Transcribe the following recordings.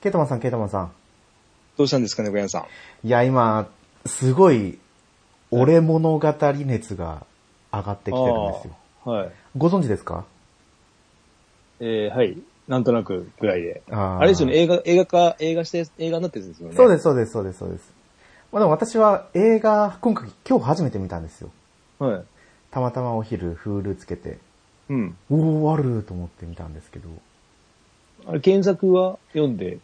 ケイタマンさん、ケイタマンさん。どうしたんですかね、小山さん。いや、今、すごい、俺物語熱が上がってきてるんですよ。あーはい。ご存知ですかえー、はい。なんとなくぐらいで。あーあれですよね、映画、映画化、映画して、映画になってるんですよね。。そうですす、そうです、そうです、そうです。まあでも私は映画、今回、今日初めて見たんですよ。はい。たまたまお昼、フールつけて、うん。おー、あると思って見たんですけど、あれ、原作は読んで、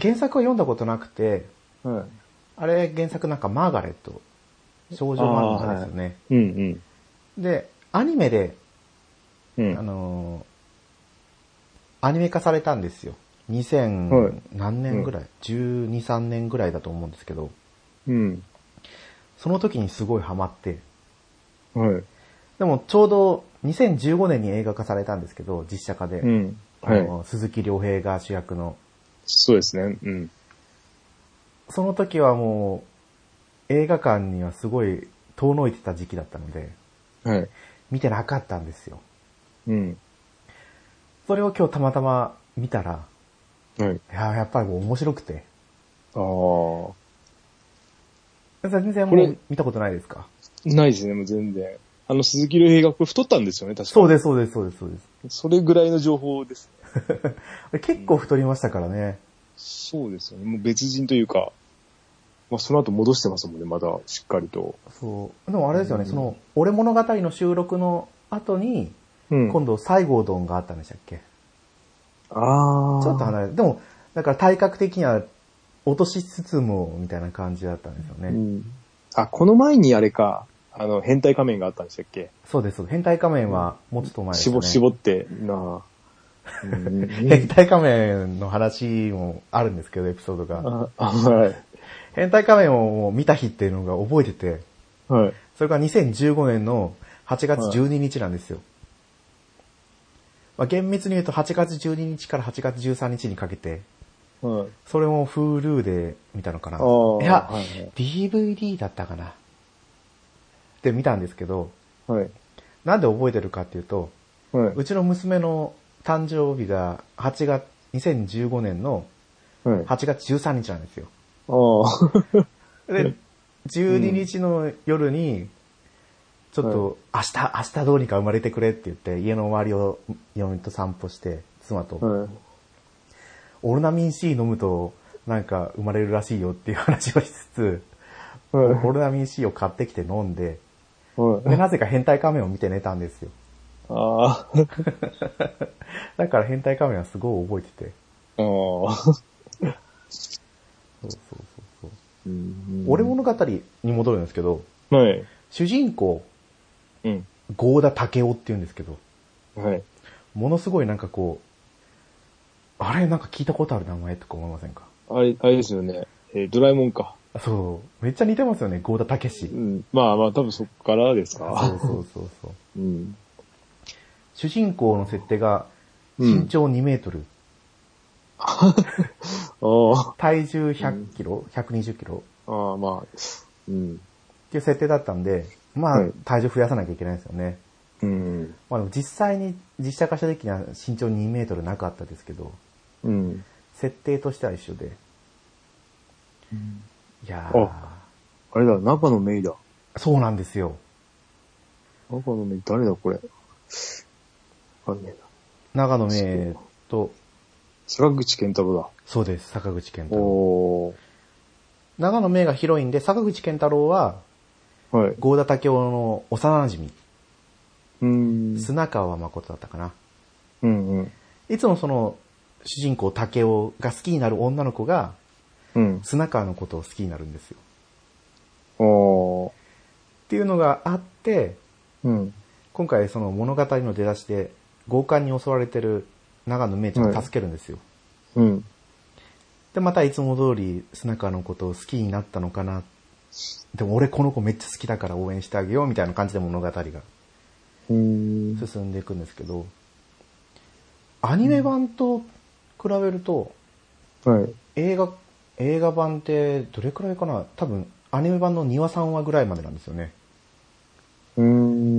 原作は読んだことなくて、はあれ原作なんかマーガレット、少女漫画ですよね。い。うんで、アニメで、うん。うあん。のーアニメ化されたんですよ。2000、はい何年ぐらい、?12、3年ぐらいだと思うんですけど、うん。その時にすごいハマって、はい。でもちょうど2015年に映画化されたんですけど、実写化で、うん。あはい。の鈴木亮平が主役の、そうですね。うん。その時はもう映画館にはすごい遠のいてた時期だったので、はい。見てなかったんですよ。うん。それを今日たまたま見たら、はいい。やーやっぱりもう面白くて。ああ。全然こもうれ見たことないですかないですね、もう全然。あの、鈴木亮平がこれ太ったんですよね、確かそうです、そうです、そうです、そうです。す。それぐらいの情報ですね。結構太りましたからね。そうですよね。もう別人というか、まあ、その後戻してますもんね、まだしっかりと。そう。でもあれですよね、うんその、俺物語の収録の後に、うん今度西郷どんがあったんでしたっけ、ああ。ちょっと離れて、でも、だから体格的には落としつつも、みたいな感じだったんですよね。うん。あ、この前にあれか、あの、変態仮面があったんでしたっけ、そうです、そうです変態仮面はもうちょっと前です絞、ね。絞って、なあ。うん変態仮面の話もあるんですけど、エピソードが。あ、あはい。変態仮面をもう見た日っていうのが覚えてて、はい。それが2015年の8月12日なんですよ。まあ、厳密に言うと8月12日から8月13日にかけて、はい。それも Hulu で見たのかな。いあーや、はいはい DVD だったかな。で見たんですけど、はい。なんで覚えてるかっていうと、。はいうちの娘の誕生日が8月、2015年のはい。 8月13日なんですよ。ああ。で、12日の夜に、ちょっと、明日、明日どうにか生まれてくれって言って、家の周りを嫁と散歩して、妻と、はい。オルナミン C 飲むと、なんか生まれるらしいよっていう話をしつつ、はいオルナミン C を買ってきて飲んで、はで、い。なぜか変態仮面を見て寝たんです よ。ああ。だから変態仮面はすごい覚えてて。ああ。そうそうそうそう。うん俺。物語に戻るんですけど、はい。主人公、うん。ゴーダタケオって言うんですけど、はい。ものすごいなんかこう、あれなんか聞いたことある名前とか思いませんかあれ、あれですよね。えードラえもんか。そう。めっちゃ似てますよね、ゴーダタケシう。ん。まあまあ、多分そっからですそうか。そうそうそう。うん。主人公の設定が、うん身長2メートル、ああ。体重100キロ、120キロああ、まあ。うん。っていう設定だったんで、まあ、はい体重増やさなきゃいけないですよね。うん。まあでも実際に実写化した時には身長2メートルなかったですけど、うん。設定としては一緒で。いやああれだ、中のメイだ。ー、そうなんですよ。中のメイ、誰だこれ。わかんねえな。長野名と、坂口健太郎そうです、坂口健だ。太郎。おー。長野名がヒロインで、坂口健太郎は、はい。う郷田武雄の幼馴染み、ーん。砂川誠だったかな。うんうん。いつもその、主人公武雄が好きになる女の子が、うん。砂川のことを好きになるんですよ。おー。っていうのがあって、うん。今回その物語の出だしで、強姦に襲われてる長野名ちゃんを助けるんですよ。うん。で、またいつも通り砂川のことを好きになったのかな。でも俺この子めっちゃ好きだから応援してあげようみたいな感じで物語がうーん。進んでいくんですけど、アニメ版と比べると、はい。映画、映画版ってどれくらいかな多分、アニメ版の2話3話ぐらいまでなんですよね。うー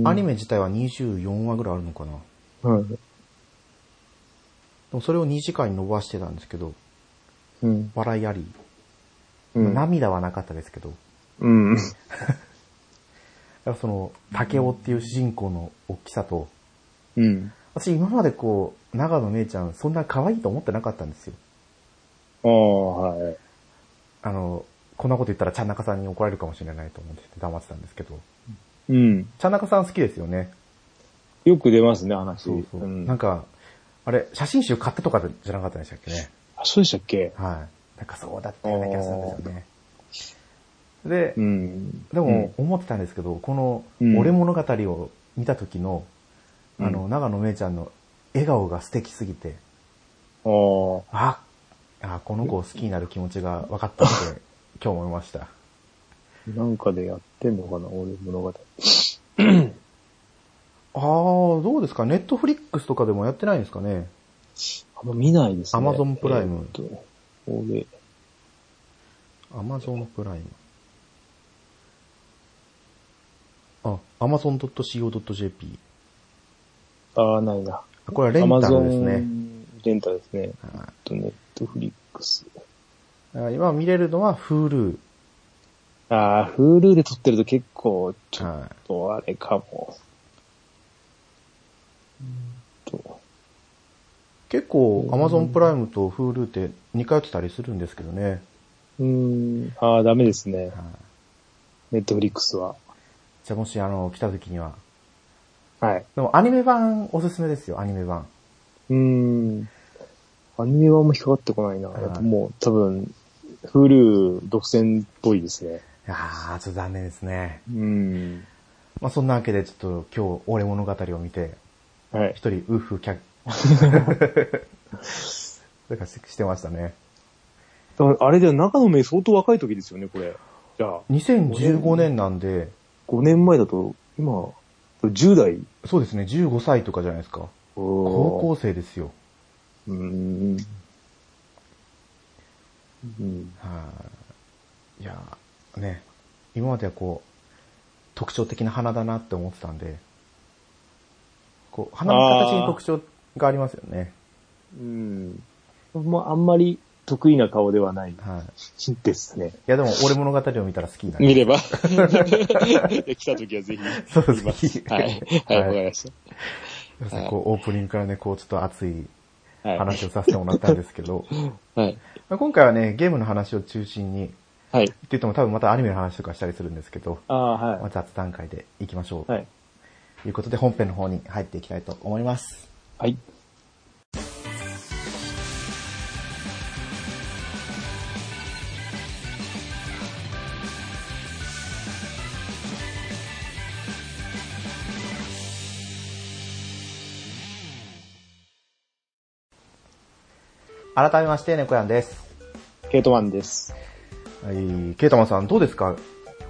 ん。アニメ自体は24話ぐらいあるのかなではい。もそれを2時間に伸ばしてたんですけど、うん。笑いあり、うん。涙はなかったですけど、だうん。からその、竹雄っていう主人公の大きさと、うん。私今までこう、長野姉ちゃん、そんな可愛いと思ってなかったんですよ。ああ、はい。あの、こんなこと言ったらちゃん中さんに怒られるかもしれないと思って黙ってたんですけど、うん。ちゃん中さん好きですよね。よく出ますね、話。そうそう。んなんか、あれ、写真集買ったとかじゃなかったんでしたっけね。あ、そうでしたっけはい。なんかそうだったような気がするんですよね。で、うん。でも思ってたんですけど、このうん俺物語を見た時の、うんあの、長野めいちゃんの笑顔が素敵すぎて、うん、ああ。あ、あこの子を好きになる気持ちが分かったって、今日思いました。なんかでやってんのかな、俺物語。 ああ、どうですかネットフリックスとかでもやってないんですかねあんま見ないですね。 Amazon プライムえーっと俺、アマゾンプライム。あ、アマゾン .co.jp。ああ、ないな。あこれはレンタルですね。 Amazon レンタルですね。えっはいと、ネットフリックス。あ今見れるのは Hulu。ああ、Hulu で撮ってると結構、ちょっはい。とあれかも。うんと結構 Amazon プライムと Hulu って似通ってたりするんですけどね。うーん、ああ、ダメですね。はいネットフリックスは。じゃあもしあの、来た時には。はい。でもアニメ版おすすめですよ、アニメ版。うーん。アニメはあんま引っかかってこないな。はいやっぱもう多分、Hulu 独占っぽいですね。ああ、ちょっと残念ですね。うーん。まあそんなわけでちょっと今日、俺物語を見て、はい。一人、ウーフーキャッ、 なんかししてましたね。だからあれで中野芽相当若い時ですよね、これ。じゃあ、 2015年なんで、 5年前だと、今、10代。そうですね、15歳とかじゃないですか。高校生ですよ。うーん。うん。はい、いやーね、今まではこう、特徴的な花だなって思ってたんで、こう、花の形に特徴がありますよね。うん。まあ、あんまり得意な顔ではないはい、いですね。やでも、俺物語を見たら好きになる。見れ ば。来た時は ぜひ。そう見ますぜひはい。はい、はいわかりましそうですねこう、オープニングからね、こう、ちょっと熱いた。はい。話をさせてもらったんですけど、はい。まあ今回はね、ゲームの話を中心に、ってはい。言っても多分またアニメの話とかしたりするんですけど、ああ、はいまあ、雑談会で行きましょう。はい。ということで、本編の方に入っていきたいと思います。はい。改めまして、猫やんです。ケイトマンです。はい、ケイタマンさん、どうですか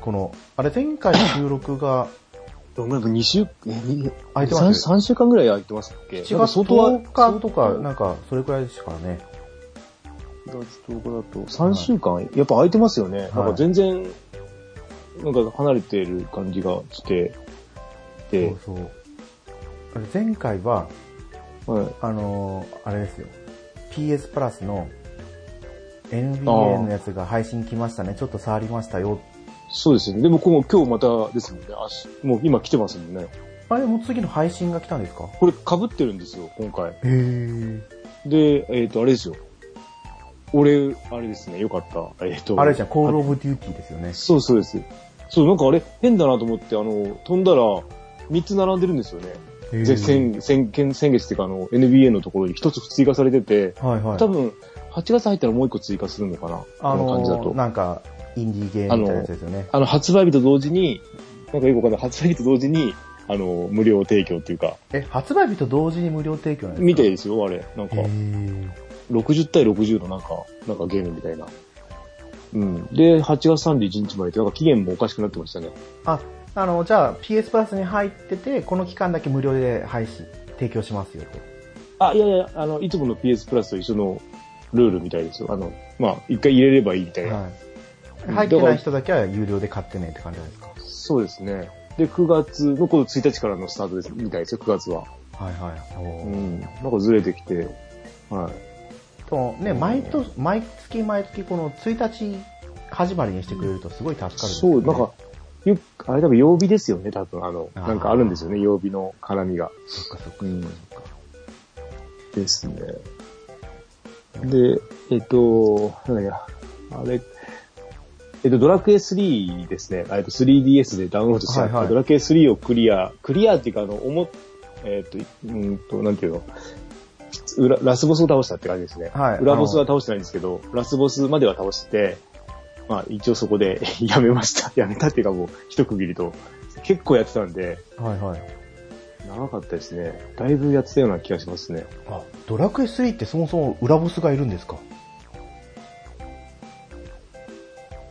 この、あれ、前回の収録が、どんぐらい2週、え、空いてます3週間ぐらい空いてますっけ4月10日とか、なんか、それくらいでしたからね。 1月10日だと3週間、やっぱ空いてますよね。いなんか全然、なんか離れてる感じがして、そでう、そう。あれ、前回は、はい、あのーあれですよ。PS プラスの NBA のやつが配信来ましたね。ちょっと触りましたよ。そうですよね。でも今今日またですもんね。明日もう今来てますもんね。あれ、もう次の配信が来たんですかこれ被ってるんですよ、今回。へー。で、えっ、と、あれですよ。俺、あれですね、よかった。えっ、と。あれじゃん、コールあオブデューティーですよね。そうそうです。そう、なんかあれ、変だなと思って、あの、飛んだら、3つ並んでるんですよね。へーぜ先先先先月っていうか、あの、NBA のところに1つ追加されてて、はいはい。多分、8月入ったらもう一個追加するのかな、あこの感じだのーと。なんか、インディーゲームみたいなやつですよね。あの、発売日と同時に、なんかよくわかんない、発売日と同時に、あの、無料提供っていうか、え、発売日と同時に無料提供なんですかみたいですよ、あれ。なんかへ、ー60対60のなんか、なんかゲームみたいな。うん。で、8月31日までって、なんか期限もおかしくなってましたね。あ、あの、じゃあ PS プラスに入ってて、この期間だけ無料で配信、提供しますよと。あ、いやいや、あの、いつもの PS プラスと一緒のルールみたいですよ。あの、まあ、一回入れればいいみたいな。はい。入ってない人だけは有料で買ってねって感じなんですか。そうですね。で、9月のこの1日からのスタートです、みたいですよ、9月は。はいはい。おうーん。なんかずれてきて、はい。でもね、うん毎年、毎月毎月この1日始まりにしてくれるとすごい助かるんですよそね、う、なんか、よく、あれ多分曜日ですよね、多分。あの、あーなんかあるんですよね、曜日の絡みが。そっかそっかうそっんかそっか。ですね。で、えっと、なんだっけな、あれ、えっと、ドラクエ3ですね、あえっと 3DS でダウンロードして、はいはいドラクエ3をクリア、クリアっていうか、あの、思っ、えっと、うんと、なんていうの、裏ラスボスを倒したって感じですね。はい裏ボスは倒してないんですけど、ラスボスまでは倒して、まあ、一応そこで やめました。やめたっていうかもう、一区切りと。結構やってたんで、はいはい。長かったですね。だいぶやってたような気がしますね。あ、ドラクエ3ってそもそも裏ボスがいるんですか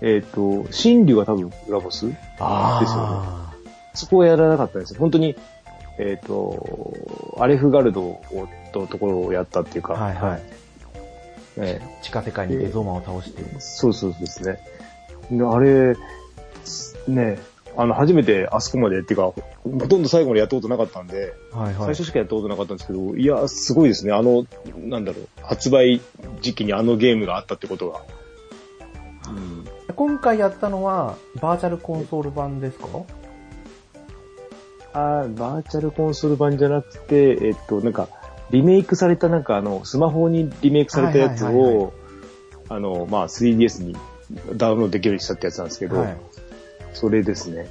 えっ、と、新竜は多分裏ボスですよね。あそこはやらなかったんですよ。本当に、えっ、と、アレフガルドをとところをやったっていうか、はいはい。え地下世界にデゾーマンを倒して。えそうそうですね。であれ、ね、あの、初めてあそこまでっていうか、ほほとんど最後までやったことなかったんで、はいは最い。初しかやったことなかったんですけど、いや、すごいですね。あの、なんだろう、発売時期にあのゲームがあったってことが。うん今回やったのは、バーチャルコンソール版ですかあーバーチャルコンソール版じゃなくて、えっと、なんか、リメイクされた、なんかあの、スマホにリメイクされたやつはいはいはいはを、あの、まあ、3DS にダウンロードできるようにしたってやつなんですけど、はい。それですね。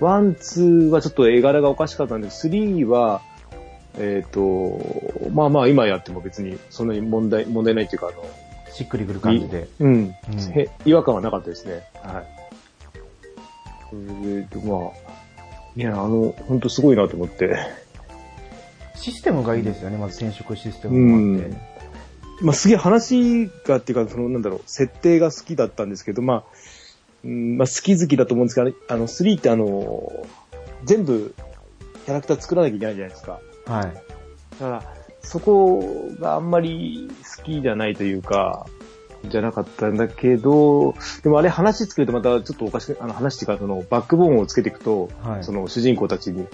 ワン、ツーはちょっと絵柄がおかしかったんで、スリーは、えっ、と、まあまあ今やっても別にそんなに問題、問題ないっていうか、あの、しっくりくる感じで。うん、うんへ違和感はなかったですね。はい。えーと、まあ、いや、あの、本当すごいなと思って。 システムがいいですよね、まず転職システムがあっうんて。まあ、すげえ話がっていうか、その、なんだろう、設定が好きだったんですけど、まあ、うんまあ、好き好きだと思うんですけど、あの、3ってあの、全部、キャラクター作らなきゃいけないじゃないですか。はい。だから、そこがあんまり好きじゃないというか、じゃなかったんだけど、でもあれ話作るとまたちょっとおかしく、あの話っていうか、そのバックボーンをつけていくと、はいその主人公たちに、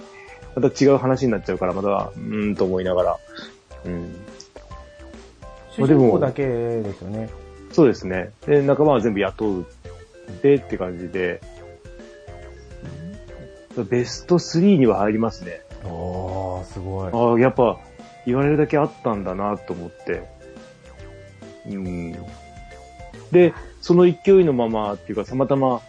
また違う話になっちゃうから、また、うーんと思いながら、うん。主人公だけですよね。そうですね。で、仲間は全部雇うでって感じで、ベスト3には入りますね。おー、すごい。ああ、やっぱ、言われるだけあったんだなと思って。うん。で、その勢いのままっていうか、たまたま、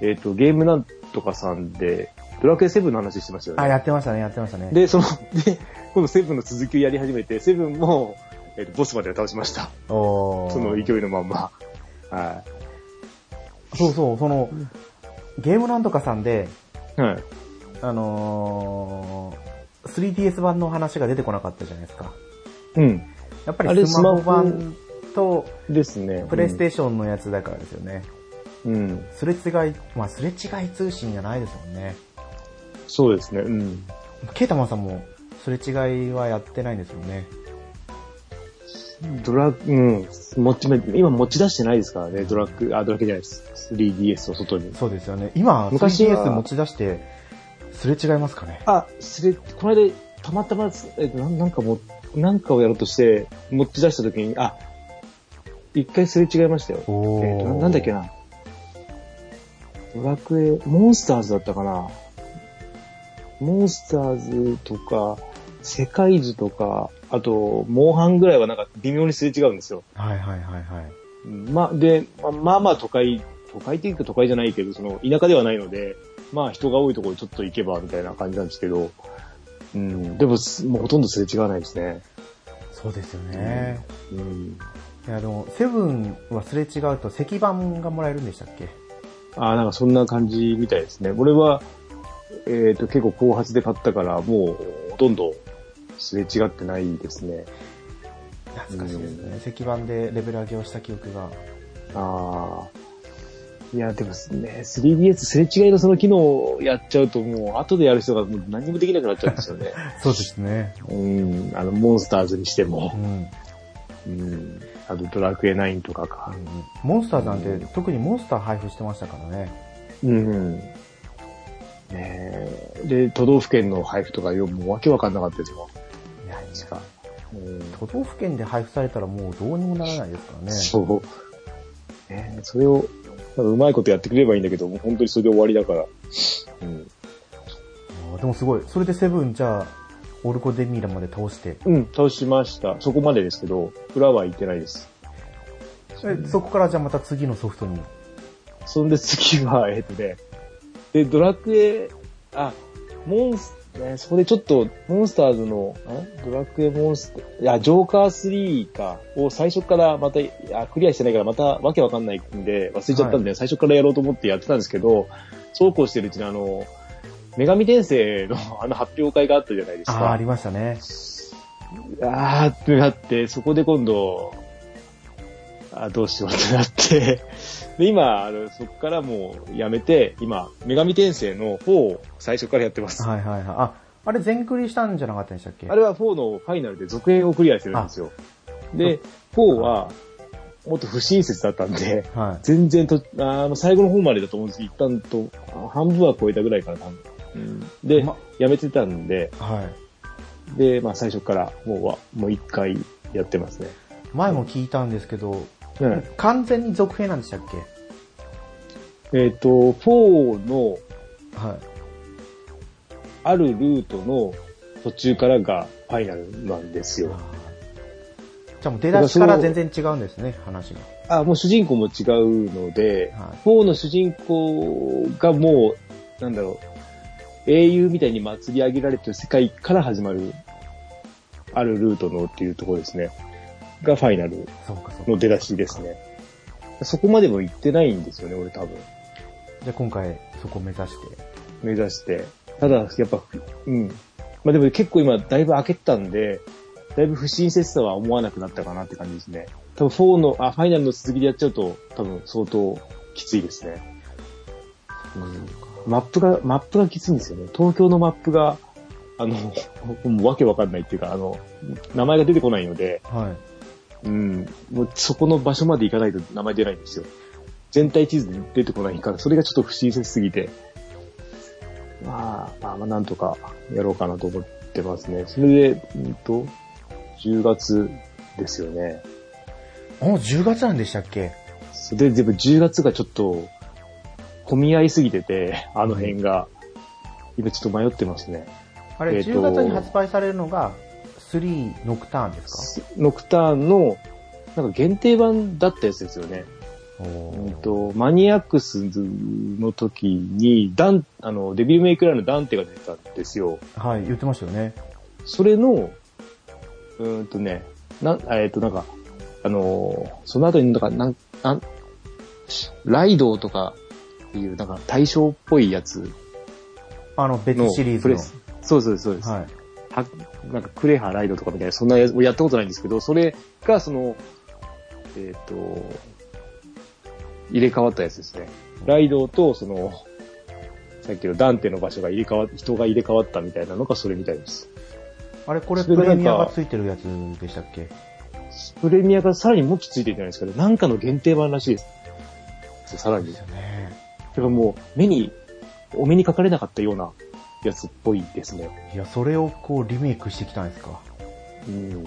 えっ、と、ゲームなんとかさんで、ドラクエ7の話してましたよあ、ね。やってましたね、やってましたね。で、その、で、今度7の続きをやり始めて、7も、えっ、と、ボスまでは倒しました。おーその勢いのまんま。はそうそう、その、ゲームなんとかさんで、い。はい。あのー、3DS 版の話が出てこなかったじゃないですか。うん。やっぱありれスマホスマホ版とですね。プレイステーションのやつだからですよね。うん。すれ違い、まあすれ違い通信じゃないですもんね。そうですね。うん。ケータマンさんもすれ違いはやってないんですよね。ドラ、うん。持ちめ、今持ち出してないですからね。ドラッグ、あ、ドラッグじゃないです。3DS を外に。そうですよね。今、昔は 3DS 持ち出して、すれ違いますかね。あ、すれ、この間、たまたま、えっと、なんなんかも、なんかをやろうとして、持ち出した時に、あ、一回すれ違いましたよ。おえっと、ななんだっけな。ドラクエ、モンスターズだったかな。モンスターズとか、世界図とか、あと、モンハンぐらいはなんか微妙にすれ違うんですよ。はいはいはいはい。まあ、で、まあまあまあ都会、都会っていうか都会じゃないけど、その田舎ではないので、まあ人が多いところにちょっと行けばみたいな感じなんですけど、うん、でもすもうほとんどすれ違わないですね。そうですよね。うん。いやでも、セブンはすれ違うと石板がもらえるんでしたっけああ、なんかそんな感じみたいですね。俺は、えっ、と、結構後発で買ったから、もうほとんどすれ違ってないですね。懐かしいですうね。石板でレベル上げをした記憶が。ああ。いや、でもね、3DS すれ違いのその機能をやっちゃうともう、後でやる人がもう何もできなくなっちゃうんですよね。そうですね。うん、あの、モンスターズにしてうも、ん。うん、あとドラクエ9とかか。モンスターなんて、特にモンスター配布してましたからね。うん。ねえで、都道府県の配布とかよ、もうわけわかんなかったですよ、いやいや確か。ううん都道府県で配布されたらもうどうにもならないですからね。そう。ねそれを、なんかうまいことやってくれればいいんだけど、もう本当にそれで終わりだから。うん。あーでもすごい。それでセブンじゃあ、オルコデミーラまで倒して、うん、倒しました。そこまでですけど、裏は行ってないです。えそこからじゃあまた次のソフトに。そんで次は、えっ、とね、で、ドラクエ、あ、モンス、ね、そこでちょっと、モンスターズの、んドラクエモンスター、いや、ジョーカー3か、を最初からまた、いやクリアしてないからまたわけわかんないんで、忘れちゃったんで、最初からやろうと思ってやってたんですけど、そうこうしてるうちにあの、女神転生のあの発表会があったじゃないですあか。あー、ありましたね。あーってなって、そこで今度、あーどうしようってなって、で、今、あのそこからもうやめて、今、女神転生の4を最初からやってます。はいはいはい。あ、あれ全クリしたんじゃなかったでしたっけあれは4のファイナルで続編をクリアしてるんですよ。で、4は、もっと不親切だったんで、は全然と、あの、最後の方までだと思うんですけど、一旦と、あ半分は超えたぐらいかな、多分。うんで、まやめてたんで、い。はい。で、まあ最初から、もうは、もう一回やってますね。前も聞いたんですけど、うん完全に続編なんでしたっけえっ、と、4のはい。あるルートの途中からがファイナルなんですよ。じゃあもう出だしから全然違うんですね、話が。あ、もう主人公も違うので、はい4の主人公がもう、なんだろう、英雄みたいに祭り上げられてる世界から始まる、あるルートのっていうところですね。がファイナルそうかそうのか。出だしですね。そこまでも行ってないんですよね、俺多分。じゃあ今回そこを目指して。目指して。ただ、やっぱ、うん。まあでも結構今、だいぶ開けてたんで、だいぶ不親切さは思わなくなったかなって感じですね。多分4の、あ、ファイナルの続きでやっちゃうと、多分相当きついですね。マップが、マップがきついんですよね。東京のマップが、あの、 もうわけわかんないっていうか、あの、名前が出てこないので、はい。うん、もうそこの場所まで行かないと名前出ないんですよ。全体地図で出てこないから、それがちょっと不親切すぎて。まあ、まあ、まあ、なんとかやろうかなと思ってますね。それで、うんと、10月ですよね。もう10月なんでしたっけそれで、でも10月がちょっと、混み合いすぎてて、あの辺が。今ちょっと迷ってますね。あれ、えーと10月に発売されるのが、3ノクターンですノクターンの、なんか限定版だったやつですよね。かうんおと、マニアックスの時に、ダン、あの、デビルメイクライのダンテが出てたんですよ。はい、言ってましたよね。それの、うーんとね、な、えっ、と、なんか、あのーその後になんか、なん、なん、ライドウとかっていう、なんか、対象っぽいやつあの、別のシリーズプレの。ス。そうそうですそうです。はい。はなんか、クレハライドとかみたいな、そんなやつ、俺やったことないんですけど、それが、その、えっ、と、入れ替わったやつですね。ライドと、その、さっきのダンテの場所が入れ替わっ、人が入れ替わったみたいなのがそれみたいです。あれ、これそプれがなんかレミアがついてるやつでしたっけプレミアがさらにもっとついてるじゃないですかね。なんかの限定版らしいです。さらに。だよね。からもう、目に、お目にかかれなかったようなやつっぽいですね。いや、それをこうリメイクしてきたんですか。うん。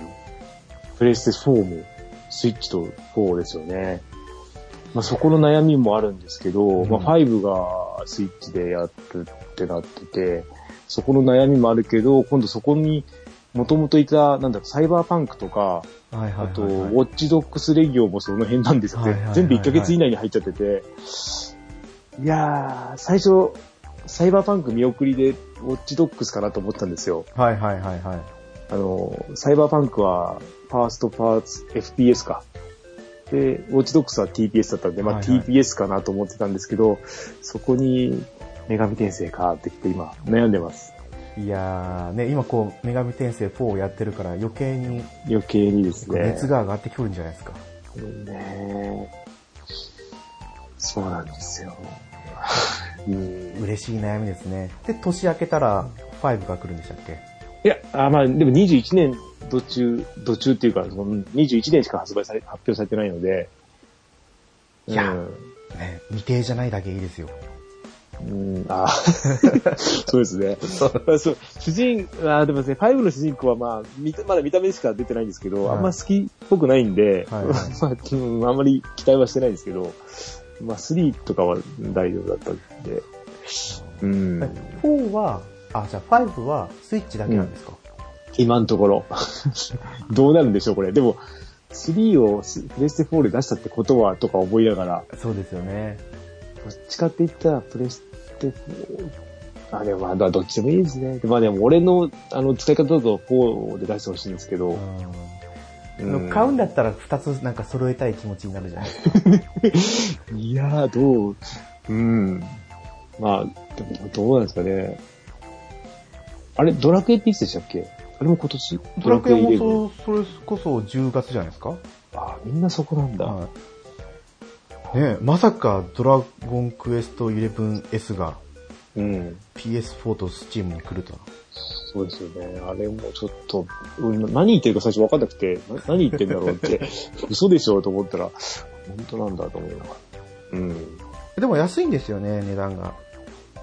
プレイステ4も、スイッチと4ですよね。まあそこの悩みもあるんですけど、んまあ5がスイッチでやるってなってて、そこの悩みもあるけど、今度そこに、もともといた、なんだろう、サイバーパンクとか、はいはいあと、はい、はい。ウォッチドックスレギオもその辺なんですよはいはいはいはねい。全部1ヶ月以内に入っちゃってて。いやー、最初、サイバーパンク見送りで、ウォッチドックスかなと思ったんですよ。はいはいはいはい。あの、サイバーパンクは、ファーストパーツ、FPS か。で、ウォッチドックスは TPS だったんで、まあはいはい TPS かなと思ってたんですけど、そこに、女神転生かってきて今、悩んでます。いやー、ね、今こう、女神転生4をやってるから余計に余計にですね。熱が上がってくるんじゃないですか。ねそうなんです よ。嬉しい悩みですね。で、年明けたら5が来るんでしたっけいや、あまあ、でも21年途中、途中っていうか、その21年しか発売され、発表されてないので、いやうんね、未定じゃないだけいいですよ。うん、あー そうですね。そう主人、あーでもですね、5の主人公はまあ、見たまだ見た目しか出てないんですけど、はいあんま好きっぽくないんで、はい まあうん、あんまり期待はしてないんですけど、まあ、3とかは大丈夫だったんで、うん、 4は、あ、じゃあ5はスイッチだけなんですか、今のところ。 どうなるんでしょう、これ。でも、3をスプレステ4で出したってことは、とか思いながら、そうですよね。どっちかって言ったら、プレステ4。あ、でもまあ、どっちでもいいですね。まあでも、俺の、あの、使い方だと4で出してほしいんですけど。うん、買うんだったら2つなんか揃えたい気持ちになるじ ゃないですか。いやー、どう、うん。まあ、でも、どうなんですかね。あれ、ドラクエっていつでしたっけあれも今年ドラクエも11そう、それこそ10月じゃないですかあみんなそこなんだ。はい。ねえまさかドラゴンクエスト 11S がうん。 PS4 と Steam に来るとは。そうですよね。あれもちょっと、うん何言ってるか最初分かんなくて、な何言ってんだろうって、嘘でしょと思ったら、本当なんだと思うながら。うん。でも安いんですよね、値段が。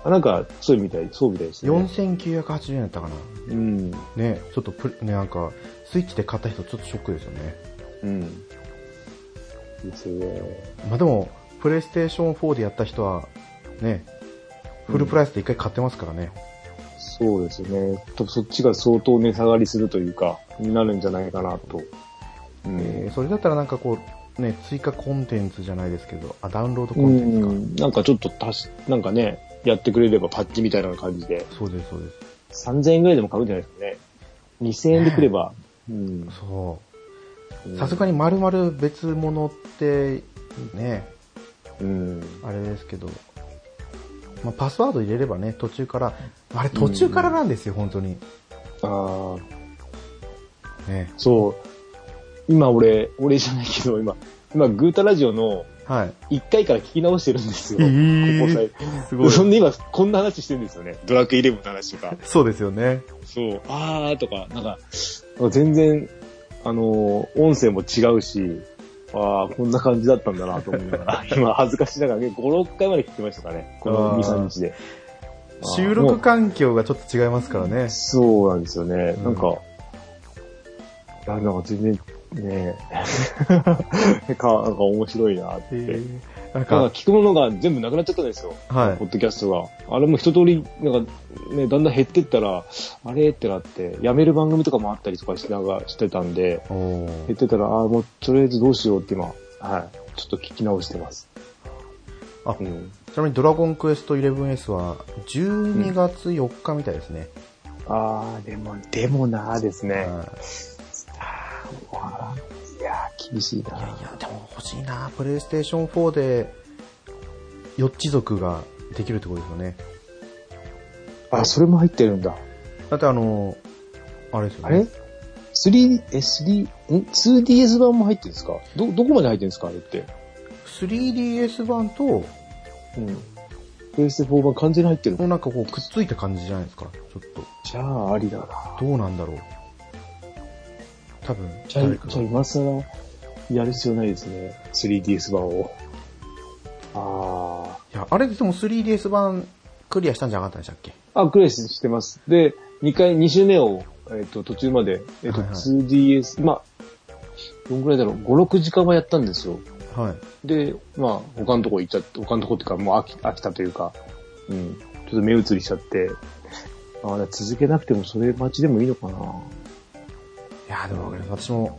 あなんか、そうみたい、そうみたいですね。 4980円だったかな。うん。ねえちょっとプレね、なんか、スイッチで買った人ちょっとショックですよね。うん。ですね。まあでも、プレイステーション4でやった人は、ね、フルプライスで一回買ってますからね。そうですね。多分そっちが相当値下がりするというか、になるんじゃないかなと。うん。えーそれだったらなんかこう、ね、追加コンテンツじゃないですけど、あ、ダウンロードコうンテンツか。ん。なんかちょっと足し、なんかね、やってくれればパッチみたいな感じで、そうです、そうです。 3000円ぐらいでも買うんじゃないですかね。2000円でくれば。うん。そうんう。さすがに丸々別物って、ね、うん。あれですけど、まあ、パスワード入れればね、途中から、あれ途中からなんですよ、本当に。ああ、ね。そう。今俺、俺じゃないけど、今、今、グータラジオのはい。 1回から聞き直してるんですよ。えここー最す近。そんで今、こんな話してるんですよね。ドラクエイレブンの話とか。そうですよね。 そう、あーとか、なんか、全然、あのー音声も違うし、あーこんな感じだったんだなと思いなが ら、今恥ずかしながら、5、6回まで聞きましたかね。この2、3日で。あー収も録う環境がちょっと違いますからね。そうなんですよね。うんなんか、いや、なんか全然、ね か、なんか面白いなって。えーなんなんかか、聞くものが全部なくなっちゃったんですよ。はいポ。ッドキャストが。あれも一通り、なんか、ね、だんだん減ってったら、あれってなって、やめる番組とかもあったりとかしながら、してたんで、お減ーってたら、ああ、もうとりあえずどうしようって今、はい、ちょっと聞き直してます。あうん。ちなみにドラゴンクエスト 11S は12月4日みたいですね。ああ、でも、でもなーですはね。いあーいやー、厳しいなー。いや、でも欲しいなプレイステーション4で4地族ができるってことですよね。あ、それも入ってるんだ。だってあの、あれですよあね。れ ?3、え、3、ん ?2DS 版も入ってるんですかど、どこまで入ってるんですかあれって。 3DS 版と、うん。プレステ4版完全に入ってるもん。なんかこうくっついた感じじゃないですか。ちょっじゃあ、ありだな。と。どうなんだろう。多分、じゃあ、誰じかゃあ今更、やる必要ないですね。3DS 版を。あいや、あれでも 3DS 版クリアしたんじゃなかったんでしたっけあ。あ、クレイスしてます。で、2回、2周目を、えっ、と、途中まで、えっ、と、はいはい 2DS、まあ、どんぐらいだろう ?5、6時間はやったんですよ。はい。で、まあ、他のとこ行っちゃって、他のとこっていうか、もう飽き飽きたというか、うん、ちょっと目移りしちゃって、ああ、続けなくてもそれ待ちでもいいのかいな。や、でもわかります私も、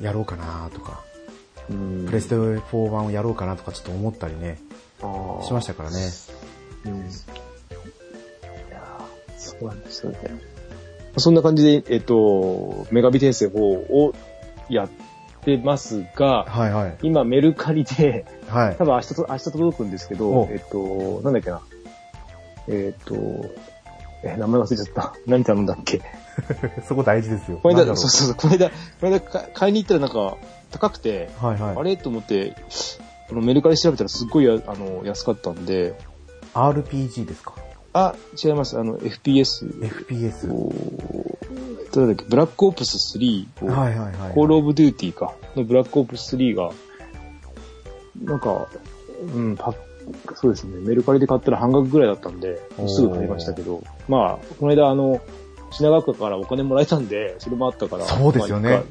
やろうかなとか、うん。。プレステ4版をやろうかなとかちょっと思ったりね、しましたたからね。うん。いやーそうなんですよね。そんな感じで、えっと、メガビ転生4をやってますが、はいはい。今メルカリで、 はい多。分明日と、明日届くんですけどお、えっと、なんだっけな。えっと、え、名前忘れちゃった。 何頼んだっけ。 そこ大事ですよ。このな間、んだそろうそうそう、この間、この間か買いに行ったらなんか高くて、うはいはい。あれと思って、このメルカリ調べたらすっごいやあの安かったんで、 RPG ですかあ、違います。あの、FPS を、 ?FPS。はどれだっけ、ブラックオプス3を、いはいはい。コールオブデューティーか、のブラックオプス3が、なんか、うん、パッそうですね、メルカリで買ったら半額ぐらいだったんで、おーすぐ買いましたけど、まあ、この間、あの、品川区からお金もらえたんで、それもあったから、そうですよねまあいいか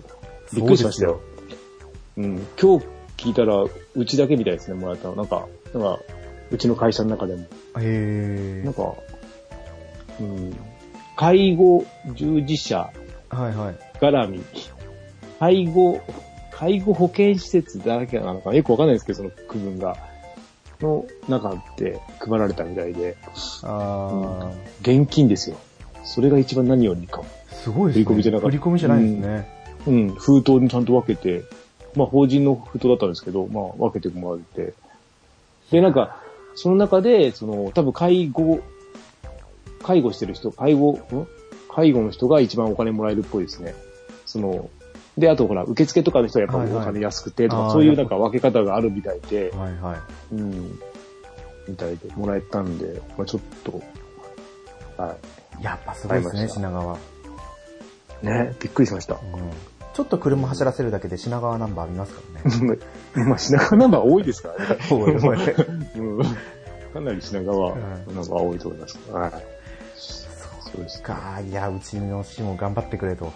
びっくりしましたよ。うん、今日聞いたら、うちだけみたいですね、もらえたの。なんか、なんか、うちの会社の中でも。そうですなよ。んか、うん、介護従事者えー、はいはい。絡み、介護、介護保健施設だらけなのかなよくわかんないですけど、その区分が。の中で配られたみたいで、あ現金ですよ。それが一番何よりかも。ー、すごいですね。振り込みじゃなかった振り込みじゃないですね。うん、封筒にちゃんと分けて、まあ法人の封筒だったんですけど、まあ分けてもらって。で、なんか、その中で、その、多分介護、介護してる人、介護、ん介護の人が一番お金もらえるっぽいですね。その、で、あとほら、受付とかの人はやっぱはいはいお金安くてとか、あーそういうななるんほか分け方があるみたいで、はいはい。うん、みたいで、もらえたんで、まあちょっと、はやっぱすごいです買いまね、した品川。うん。い。ね、びっくりしました。 ちょっと車走らせるだけで品川ナンバー見ますから ね。まあ品川ナンバー多いですからね。そうよね。うんかなり品川うんのが多いと思います。はい。そうですか。かいや、うちの市も頑張ってくれと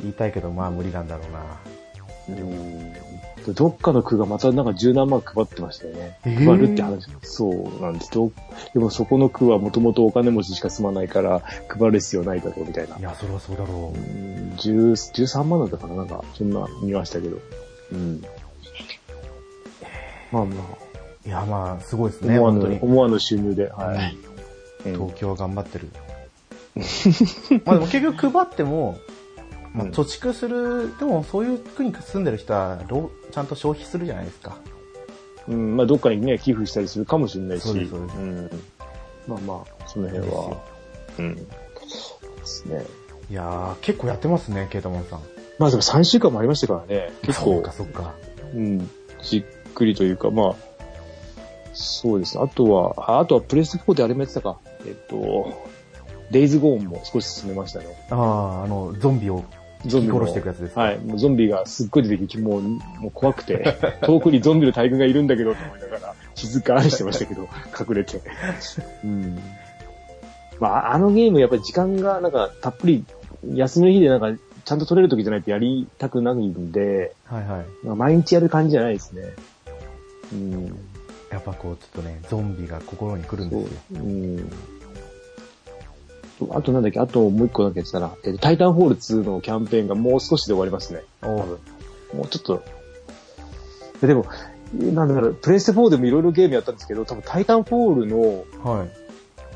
言いたいけど、まあ無理なんだろうな。うんどっかの区がまたなんか十何万配ってましたよね。え配ーるって話。そうなんです。どでもそこの区はもともとお金持ちしか住まないから配る必要ないだろうみたいな。いや、それはそうだろうう。ん10 13万だったかななんか、そんな見ましたけど。うん。まあまあ、いや、まあ、すごいですね、思わ本当ぬに、。思わぬ収入で。はい。うん東京は頑張って る。まあでも結局配っても、まあ、うん貯蓄する、でもそういう区に住んでる人は、ろうちゃんと消費するじゃないですか。うん、まあ、どっかにね、寄付したりするかもしれないし。そうですそうですん。まあまあ、その辺ですはよ。うん。ですね。いやー、結構やってますね、ケータモンさん。まあでも3週間もありましたからね。結そっ構か、、そっか。うん。じっくりというか、まあ、そうですね。あとは、ああとはプレステ4であれもやってたか。えっと、デイズゴーンも少し進めましたね。ああ、あの、ゾンビをゾ引きも殺していくやつです。はい。もうゾンビがすっごい出てきて、もう、もう怖く て、遠くにゾンビの大群がいるんだけど、と思いながら、静かにしてましたけど、隠れて。うん。まあ、あのゲーム、やっぱり時間が、なんか、たっぷり、休みの日でなんか、ちゃんと取れる時じゃないとやりたくないんで、はいはい。まあ毎日やる感じじゃないですね。うん。やっぱこう、ちょっとね、ゾンビが心に来るんですよ。そう。うん。あとなんだっけ、あともう一個だけ言ってたら、えっと、タイタンホール2のキャンペーンがもう少しで終わりますね。お多分もうちょっと、えでも、なんだろう、プレイステ4でもいろいろゲームやったんですけど、多分タイタンフォールの、はい。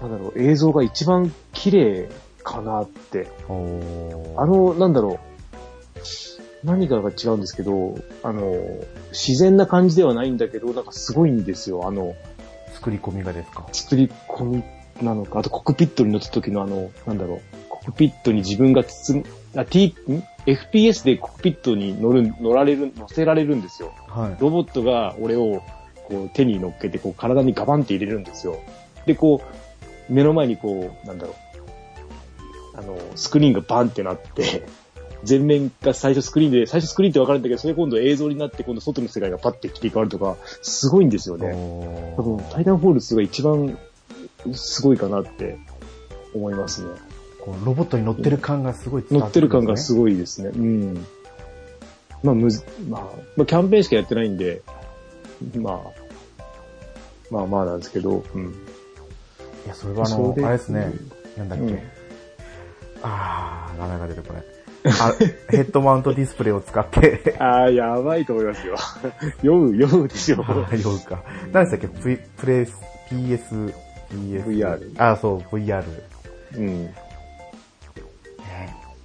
なんだろう、映像が一番綺麗かなって。おーあ、の、なんだろう、何かが違うんですけど、あの、自然な感じではないんだけど、なんかすごいんですよ。あの、作り込みがですか。作り込みなのか、あとコクピットに乗った時のあの、なんだろう、コクピットに自分が包む、あ、T、ん FPS でコクピットに乗る、乗られる、乗せられるんですよ。はい。ロボットが俺をこう手に乗っけてこう体にガバンって入れるんですよ。で、こう、目の前にこう、なんだろう、あの、スクリーンがバンってなって、前面が最初スクリーンで、最初スクリーンって分かるんだけど、それ今度映像になって、今度外の世界がパッて切り替わるとか、すごいんですよね。お多分、ターイタンフォール2が一番すごいかなって思いますね。こうロボットに乗ってる感がすごい伝乗わってる感がすごい。ごいですね。うん。まあ、むず、まあ、まあ、キャンペーンしかやってないんで、まあ、まあまあなんですけど、うん。いや、それはあのそ、であれですね。なんだっけ。うんあー、名前が出てこない。あ ヘッドマウントディスプレイを使 って、ああ、やばいと思いますよ。 酔う、酔うですよ。酔うか。何でしたっけプイプレイス、PS、PS。 VR あー、そう、VR。うん。ね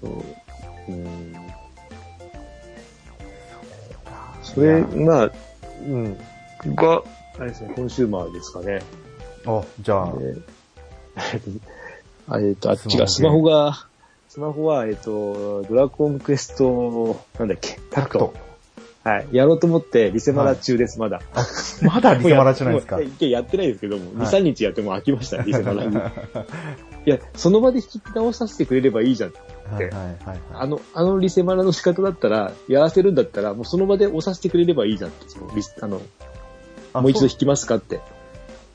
そう。うん。そそれ、いまあ、うん。が、あれですね、コンシューマーですかね。やあ、じゃあ、であえっと、あっちが、ススママホホが、スマホは、えっと、ドラゴンクエスト、なんだっけ、タクト。はい。やろうと思って、リセマラ中です、まだ。まだリセマラじゃないですかもう。やもうやってないですけども、はい2、3日やっても飽きました、リセ マラに。いや、その場で引き直させてくれればいいじゃん。はいはいはいあはい。の、あのリセマラの仕方だったら、やらせるんだったら、もうその場で押させてくれればいいじゃんって、そのリスあの、あもう一度そ引きますかって。う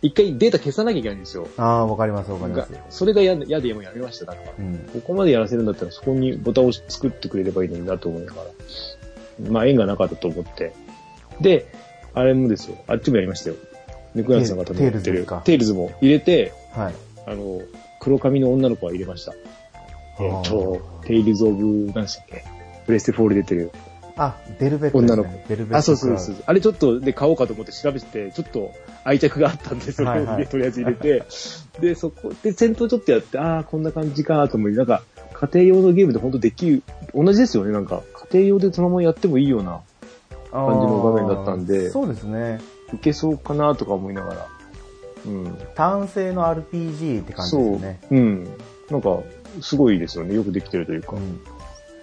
一回データ消さなきゃいけないんですよ。ああ、わかります、わかりがます。それが嫌で嫌でもうやめました、だから。うん。ここまでやらせるんだったら、そこにボタンを押し作ってくれればいいのになと思いながら。まあ、縁がなかったと思って。で、あれもですよ。あっちもやりましたよ。ネクランさんが多分やってテイルズでるすか。テイルズも入れて、はい。あの、黒髪の女の子は入れました。えっと、テイルズ・オブ、何でしたっけプレステ4で出てる。あ、デルベットですね。女のデルベット。あ、そうそうそう。あれちょっとで買おうかと思って調べて、ちょっと愛着があったんで、それを入れ、はいはい とりあえず入れて、で、そこで戦闘ちょっとやって、ああ、こんな感じかと思い、なんか、家庭用のゲームで本当できる、同じですよね、なんか、家庭用でそのままやってもいいような、感感じの画面だったんでそうですね。いけそうかなとか思いながら、うん。単性の RPG って感じそですうね。うん。なんか、すごいですよね、よくできてるというか。うん。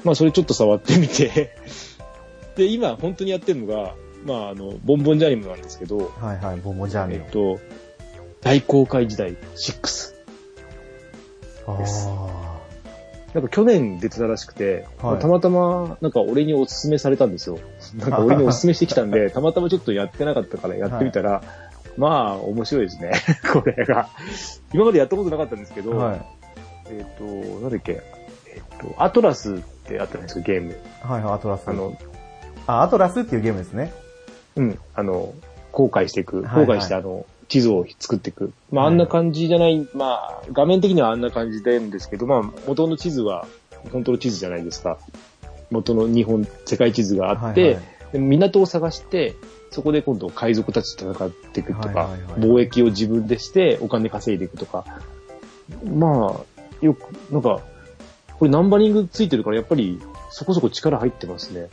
まあ、それちょっと触ってみて、で、今、本当にやってるのが、まあ、あの、ボンボンジャニムなんですけど、はいはい、ボンボンジャーニえっと、大公開時代6。ー。ですあなんか去年出てたらしくて、はいたまたま、なんか俺におすすめされたんですよ。なんか俺におすすめしてきた んで、たまたまちょっとやってなかったからやってみたら、まあ、面白いですね。 これが。今までやったことなかったんですけーど、はい。えっ、と、なんだっけ、えっ、と、アトラスってあったじゃないですか、ゲーム。はいはい、アトラス。あの、あ、アトラスっていうゲームですね。うん、あの、後悔していく、は後いはい悔して、あの、地図を作っていく。まあ、はあいんな感じじゃない、まあ、画面的にはあんな感じなんですけど、まあ、元の地図は、本当の地図じゃないですか。元の日本、世界地図があって、はいはいで港を探して、そこで今度海賊たちと戦っていくとか、はいはいはい貿易を自分でしてお金稼いでいくとか、まあ、よく、なんか、これナンバリングついてるから、やっぱりそこそこ力入ってますね。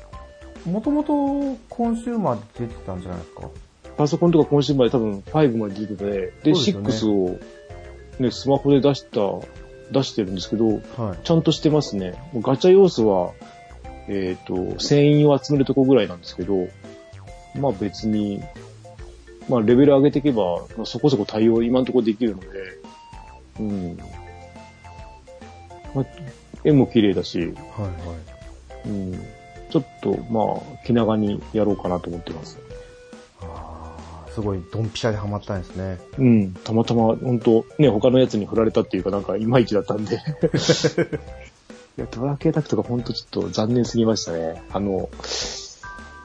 もともとコンシューマーで出てたんじゃないですか。パソコンとか今週まで多分5まで出てて、で、そうです6を、ね、スマホで出した、出してるんですけど、はい。ちゃんとしてますね。ガチャ要素は、えっ、と、船員を集めるとこぐらいなんですけど、まあ別に、まあレベル上げていけば、まあ、そこそこ対応今のところできるので、うん。まあ、絵も綺麗だし、はいはい。うん。ちょっと、まあ、気長にやろうかなと思ってます。あーすごい、ドンピシャでハマったんですね。うん、たまたま、本当ね、他のやつに振られたっていうか、なんか、いまいちだったん で。いや、ドラケータクトが本当ちょっと残念すぎましたね。あの、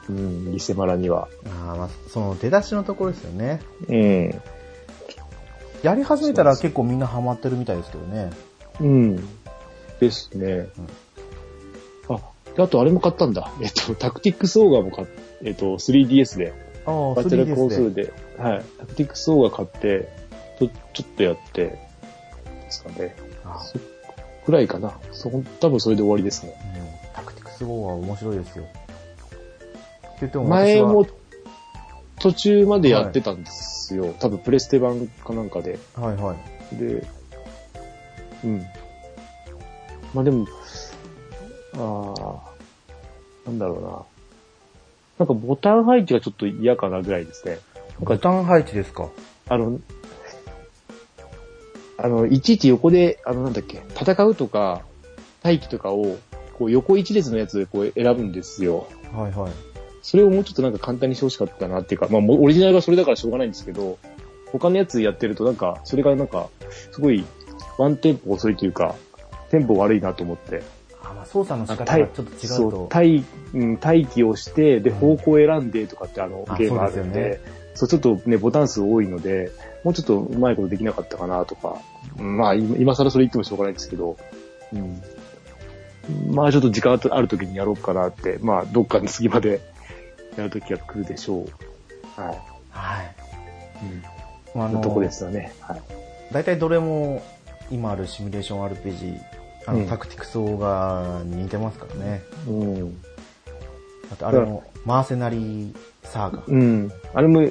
うん、リセマラには。ああ、まあ、その出だしのところですよね。うん。やり始めたら結構みんなハマってるみたいですけどね。うん。ですね。あ、であとあれも買ったんだ。えっと、タクティックスオーガーも買っえっと、3DS で、ああ、バーチャルコンソー 3DS ルで。で、はい、タクティックスオーガー買って、ちょ、ちょっとやって、ですかね。あそくらいかな。そ、多分それで終わりですね。ーうんタクティクス号は面白いですよ。って言っても私前はも途中までやってたんですよ。多分プレステ版かなんかで。はいはい。で、うん。まあでも、ああ、なんだろうな。なんかボタン配置がちょっと嫌かなぐらいですね。ボタン配置ですか。あの、あの、いちいち横で、あの、なんだっけ、戦うとか、待機とかを、こう横一列のやつでこう選ぶんですよ。はいはい。それをもうちょっとなんか簡単にしてほしかったなっていうか、まあ、もうオリジナルがそれだからしょうがないんですけど、他のやつやってるとなんか、それがなんか、すごい、ワンテンポ遅いというか、テンポ悪いなと思って。あまあ、操作の仕方が待ちょっと違うそうと。待うん待機をして、で、うん方向を選んでとかってあのあ、ゲームあるんそうでで、そう、ちょっとね、ボタン数多いので、もうちょっとうまいことできなかったかなとか、うんまあ、今今更それ言ってもしょうがないんですけど、うん。まあ、ちょっと時間ある時にやろうかなって、まあ、どっかの隙間でやる時は来るでしょう。はい。はい。うん。まあ、あのとこですよね。はい。大体どれも今あるシミュレーション RPG、あの、うんタクティクスオーガーに似てますからね。うん。あとあれも、マーセナリーサーガうん。あれも、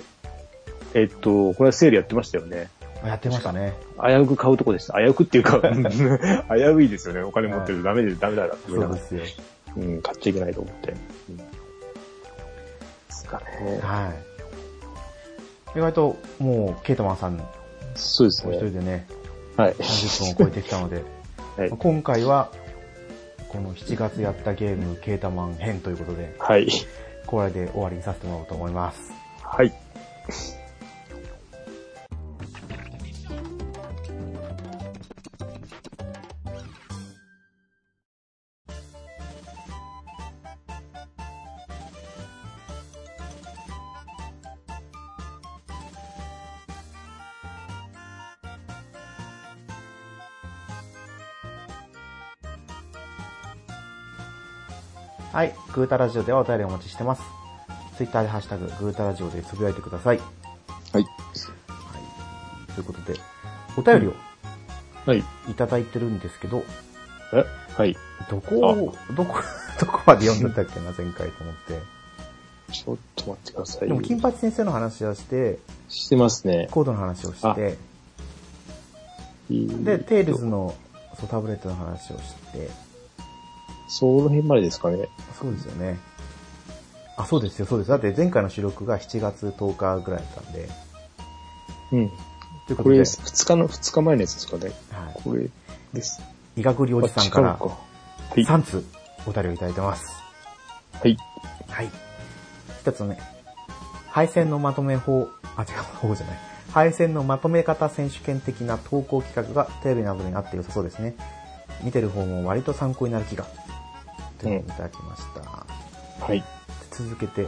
えっと、これはセールやってましたよね。ー。やってましたね。危うく買うとこでした。危うくっていう か、うん危ういですよね。お金持ってるとダメで、ダメだなって思いそなうがでら。すよ。うん、買っちゃいけないと思って。うんですかね。はい。意外ともう、ケイトマンさん、そうですお一人ね。でね、はい。 30分を超えてきたので、はい今回は、この7月やったゲーム、ケイタマン編ということで、 はい。これで終わりにさせてもらおうと思います。はい。はい、グータラジオではお便りお待ちしてます。ツイッターでハッシュタグ、グータラジオでつぶやいてください。ははい。い、ということで、お便りをはい。いただいてるんですけど、えはい。どこを、どこ、 どこまで読んだんだっけな、前回と思って。ちょっと待ってくださいでも、金八先生の話をして、してますね。コードの話をして、で、でテイルズのそうタブレットの話をして、その辺までですかね。そうですよね。あ、そうですよ、そうです。だって前回の収録が7月10日ぐらいだったんで。うん。というこことで、れ、は二日の、二日前のやつですかね。い、これです。医学理おじさんからあ違うかは3通お便りをいただいてます。い。はい。はい。一つ目。配線のまとめ法、あ、違う、法じゃない。配線のまとめ方選手権的な投稿企画がテレビなどにあって良さそうですね。見てる方も割と参考になる気が。ということでいただきました。はい。続けて、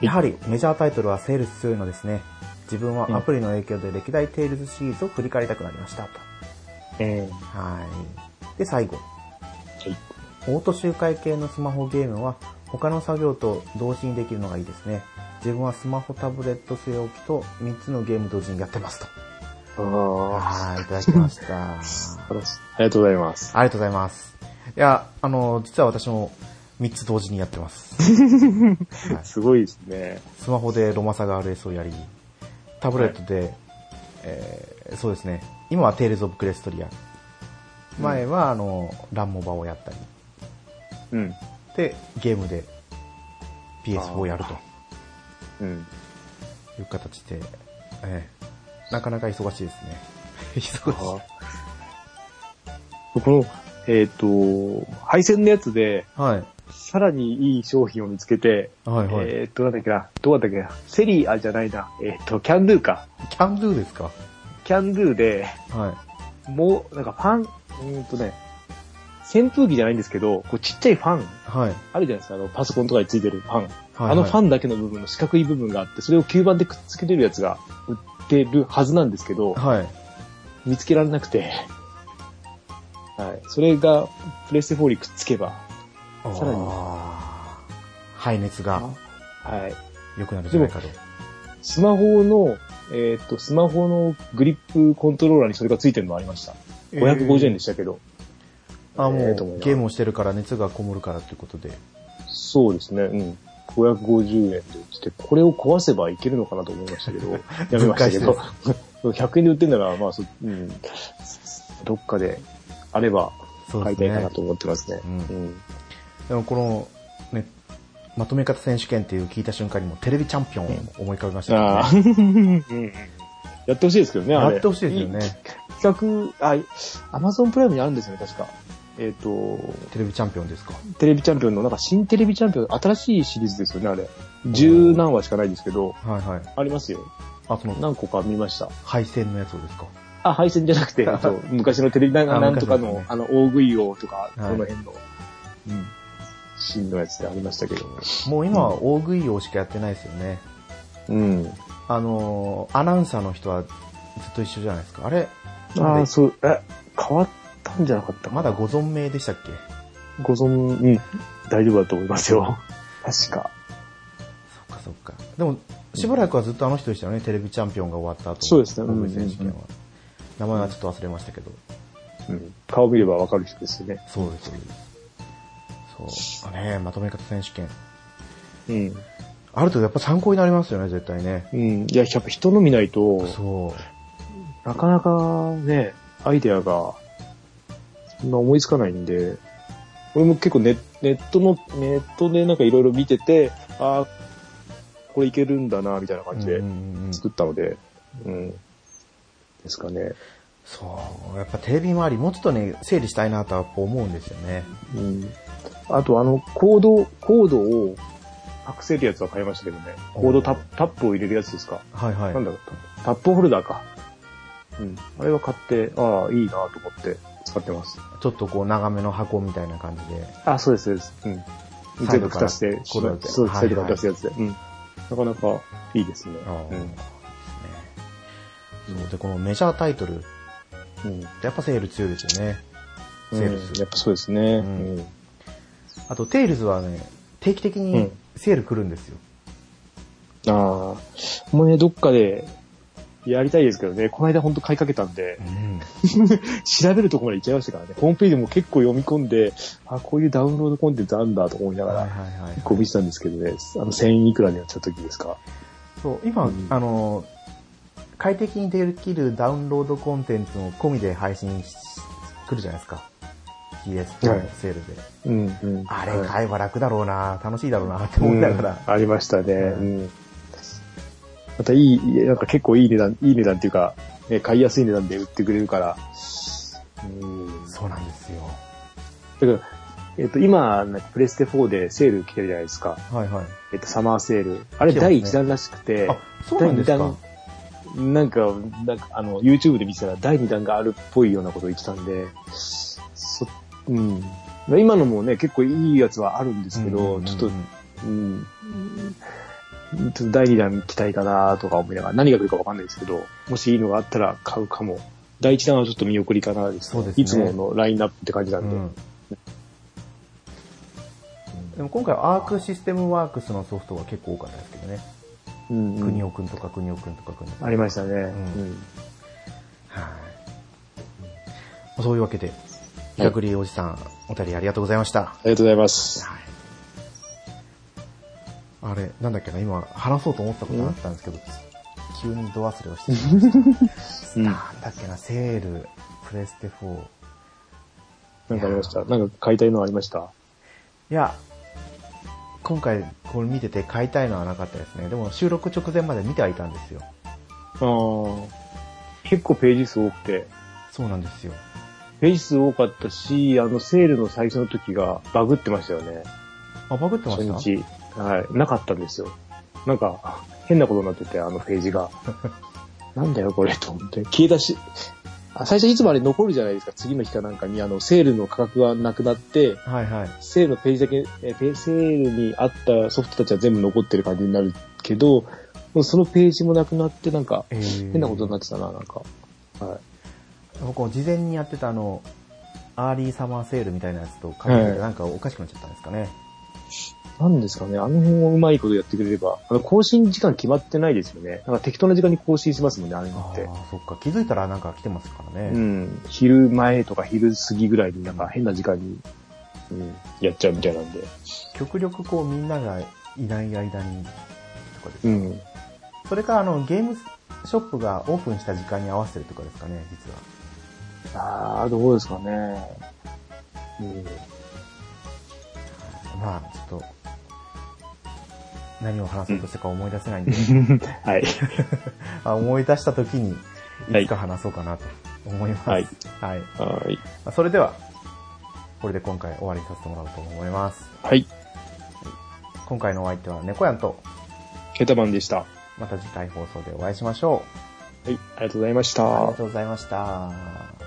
やはりメジャータイトルはセールス強いのですね。自分はアプリの影響で歴代テイルズシリーズを振り返りたくなりました。とうん。ははい。で、最後。い。オート周回系のスマホゲームは他の作業と同時にできるのがいいですね。自分はスマホ、タブレット、据え置きと3つのゲーム同時にやってますと。あはい、いただきました。あ。素晴らしいありがとうございます。ありがとうございます。いや、あの、実は私も3つ同時にやってます。はいすごいですね。スマホでロマサガ RS をやり、タブレットで、えーそうですね、今はテイルズ・オブ・クレストリア、前はあの、ランモバをやったり、うん。で、ゲームで PS4 をやるとうん。いう形で、えーなかなか忙しい ですね。忙しい。この、えっ、と、配線のやつで、はい。さらにいい商品を見つけて、はいはい。えっ、と、なんだっけな、どうだったっけな、セリアじゃないな、えっ、と、キャンドゥか。キャンドゥですかキャンドゥで、はい。もう、なんかファン、うーんとね、扇風機じゃないんですけど、こうちっちゃいファン、はい。はい、あるじゃないですか、あの、パソコンとかについてるファン。あのファンンだけの部分の四角い部分があって、それを吸盤でくっつけれるやつが売ってるはずなんですけど、はい。見つけられなくて、はい。それが、プレステ4にくっつけば、さらにあー排熱がはい。良くなるんじゃないかと。スマホの、えーっと、スマホのグリップコントローラーにそれがついてるのもありました。550円でしたけど。あ、もう、えーと思いますゲームをしてるから熱がこもるからということで。そうですね、うん。550円で売ってて、これを壊せばいけるのかなと思いましたけ ど、やめましたけど、100円で売ってんなら、まあ、そうん、どっかであればそ買いたいかなと思ってますね。うんうんでもこの、ね、まとめ方選手権っていう聞いた瞬間にもテレビチャンピオンを思い浮かべましたけどああ、ね。 うんやってほしいですけどね、あやれ。ってほしいですよね。い。企画、あ、アマゾンプライムにあるんですよね、確か。えっ、と、テレビチャンピオンですか。テレビチャンピオンの、なんか新テレビチャンピオン、新しいシリーズですよね、あれ。十何話しかないですけど、はいはい。ありますよ。あ、その、何個か見ました。配線のやつをですか。あ、配線じゃなく て、そう昔のテレビなあなんとか昔のの、ねあの、大食い王とか、そはいの辺の、うん、シーンのやつでありましたけど。もう今は大食いをしかやってないですよね。うん。あのー、アナウンサーの人はずっと一緒じゃないですか。あれ、あなんあ、でそう、え、変わったんじゃなかったかまなだご存命でしたっけご存、うん、大丈夫だと思いますよ。確か。そっかそっか。でも、しばらくはずっとあの人でしたよね、テレビチャンピオンが終わった後。そうですね大食いうんうんうん選手権は。名前はちょっと忘れましたけど。うん。顔見ればわかる人ですよね。そうです、そうです。そう。ねまとめ方選手権。うん。あるとやっぱ参考になりますよね、絶対ね。うん。いや、やっぱ人の見ないと、そなかなかね、アイデアが、そんな思いつかないんで、俺も結構ネネットの、ネットでなんかいろいろ見てて、ああ、これいけるんだな、みたいなう。感うんじうでんうんうん作ったので、うんですかね。そう。やっぱテレビ周り、もうちょっとね、整理したいなとはやっぱ思うんですよね。うん。あとあの、コード、コードを隠せるやつは買いましたけどね。コードタップ、タップを入れるやつですか。はいはい。なんだろう、タップホルダーか。うん。あれは買って、ああ、いいなと思って使ってます。ちょっとこう長めの箱みたいな感じで。あ、そうです、そうです。うん。サイ全ド部から蓋して、こうやってそうです、はいはサイいドから蓋したやつで。うん。なかなかいいですね。ああ、うそうでんすね。そうで、このメジャータイトル、うん。やっぱセール強いですよね。セうーんルス。やっぱそうですね。んうん。あと、テイルズはね、定期的うにんセール来るんですよ。ああ、もうね、どっかでやりたいですけどね、この間本当買いかけたんで、うん調べるとこまで行っちゃいましたからね、ホームページも結構読み込んで、あこういうダウンロードコンテンツあるんだと思いながはいはいら、はい。こう見てたんですけどね、あの、1000いくらになっちゃった時ですか。そう、今、うんあの、快適にできるダウンロードコンテンツも込みで配信し、来るじゃないですか。PS はのいセールで。うん、うん。あはれい買えば楽だろうな、楽しいだろうなって思いながら。うんありましたね。ううん。またいい、なんか結構いい値段、いい値段っていうか、ね、買いやすい値段で売ってくれるから。うん。そうなんですよ。だから、えっ、と、今、プレステ4でセール来てるじゃないですか。はいはい。えっ、と、サマーセール。あれ来てます第ね1弾らしくて、あ、そうなんですか。第2弾、なんか、なんか、あの、YouTube で見てたら第2弾があるっぽいようなことを言ってたんで、そ、うん。今のもね、結構いいやつはあるんですけうんうんど、うんちょっと、うん。ちょっと第2弾期待かなとか思いながら、何が来るかわかんないですけど、もしいいのがあったら買うかも。第1弾はちょっと見送りかなですそうですねいつものラインナップって感じなんで。うんでも今回はアークシステムワークスのソフトが結構多かったですけどね。うんうん国尾くんとか国尾くんとか国尾くん。ありましたね。んうんはい。そういうわけで、ひかくりおじさん、お便りありがとうございました。ありがとうございます。はい。あれ、なんだっけな、今話そうと思ったことがあったんですけど、急にど忘れをしてしまいました。うんなんだっけな、セール、プレステ4。なんかありました。なんか買いたいのありましたいや、今回これ見てて買いたいのはなかったですね。でも収録直前まで見てはいたんですよ。あー結構ページ数多くて、そうなんですよ。ページ数多かったし、あのセールの最初の時がバグってましたよね。あ、バグってま初した日。はい。なかったんですよ。なんか、変なことになってて、あのページ が。なんだよ、これ、と思って。消えたし、あ最初いつもあれ残るじゃないですか。次の日かなんかに、あの、セールの価格がなくなって、はいはい。セールのページだけ、えペセールにあったソフトたちは全部残ってる感じになるけど、もうそのページもなくなって、なんか、えー変なことになってたな、なんか。はい。僕も事前にやってたあの、アーリーサマーセールみたいなやつとかけてはいなんかおかしくなっちゃったんですかね。なんですかね、あの辺をうまいことやってくれれば、あの、更新時間決まってないですよね。なんか適当な時間に更新しますもんね、あれあって。あ、そっか。気づいたらなんか来てますからね。うん、昼前とか昼過ぎぐらいになんか変な時間に、うん、やっちゃうみたいなんで。極力こうみんながいない間にとかですうねん。それからあのゲームショップがオープンした時間に合わせてるとかですかね、実は。ああ、どうですかね。うん。まあ、ちょっと、何を話そうとしたか思い出せないんで、 はい。 あ思い出した時に、はいいつか話そうかなと思います。ははいい。はい。まあそれでは、これで今回終わりにさせてもらおうと思います。はい。今回のお相手は猫やんと、ケタバンでした。はまた次回放送でお会いしましょい。ありがとうございましう。あたりが。とうございました。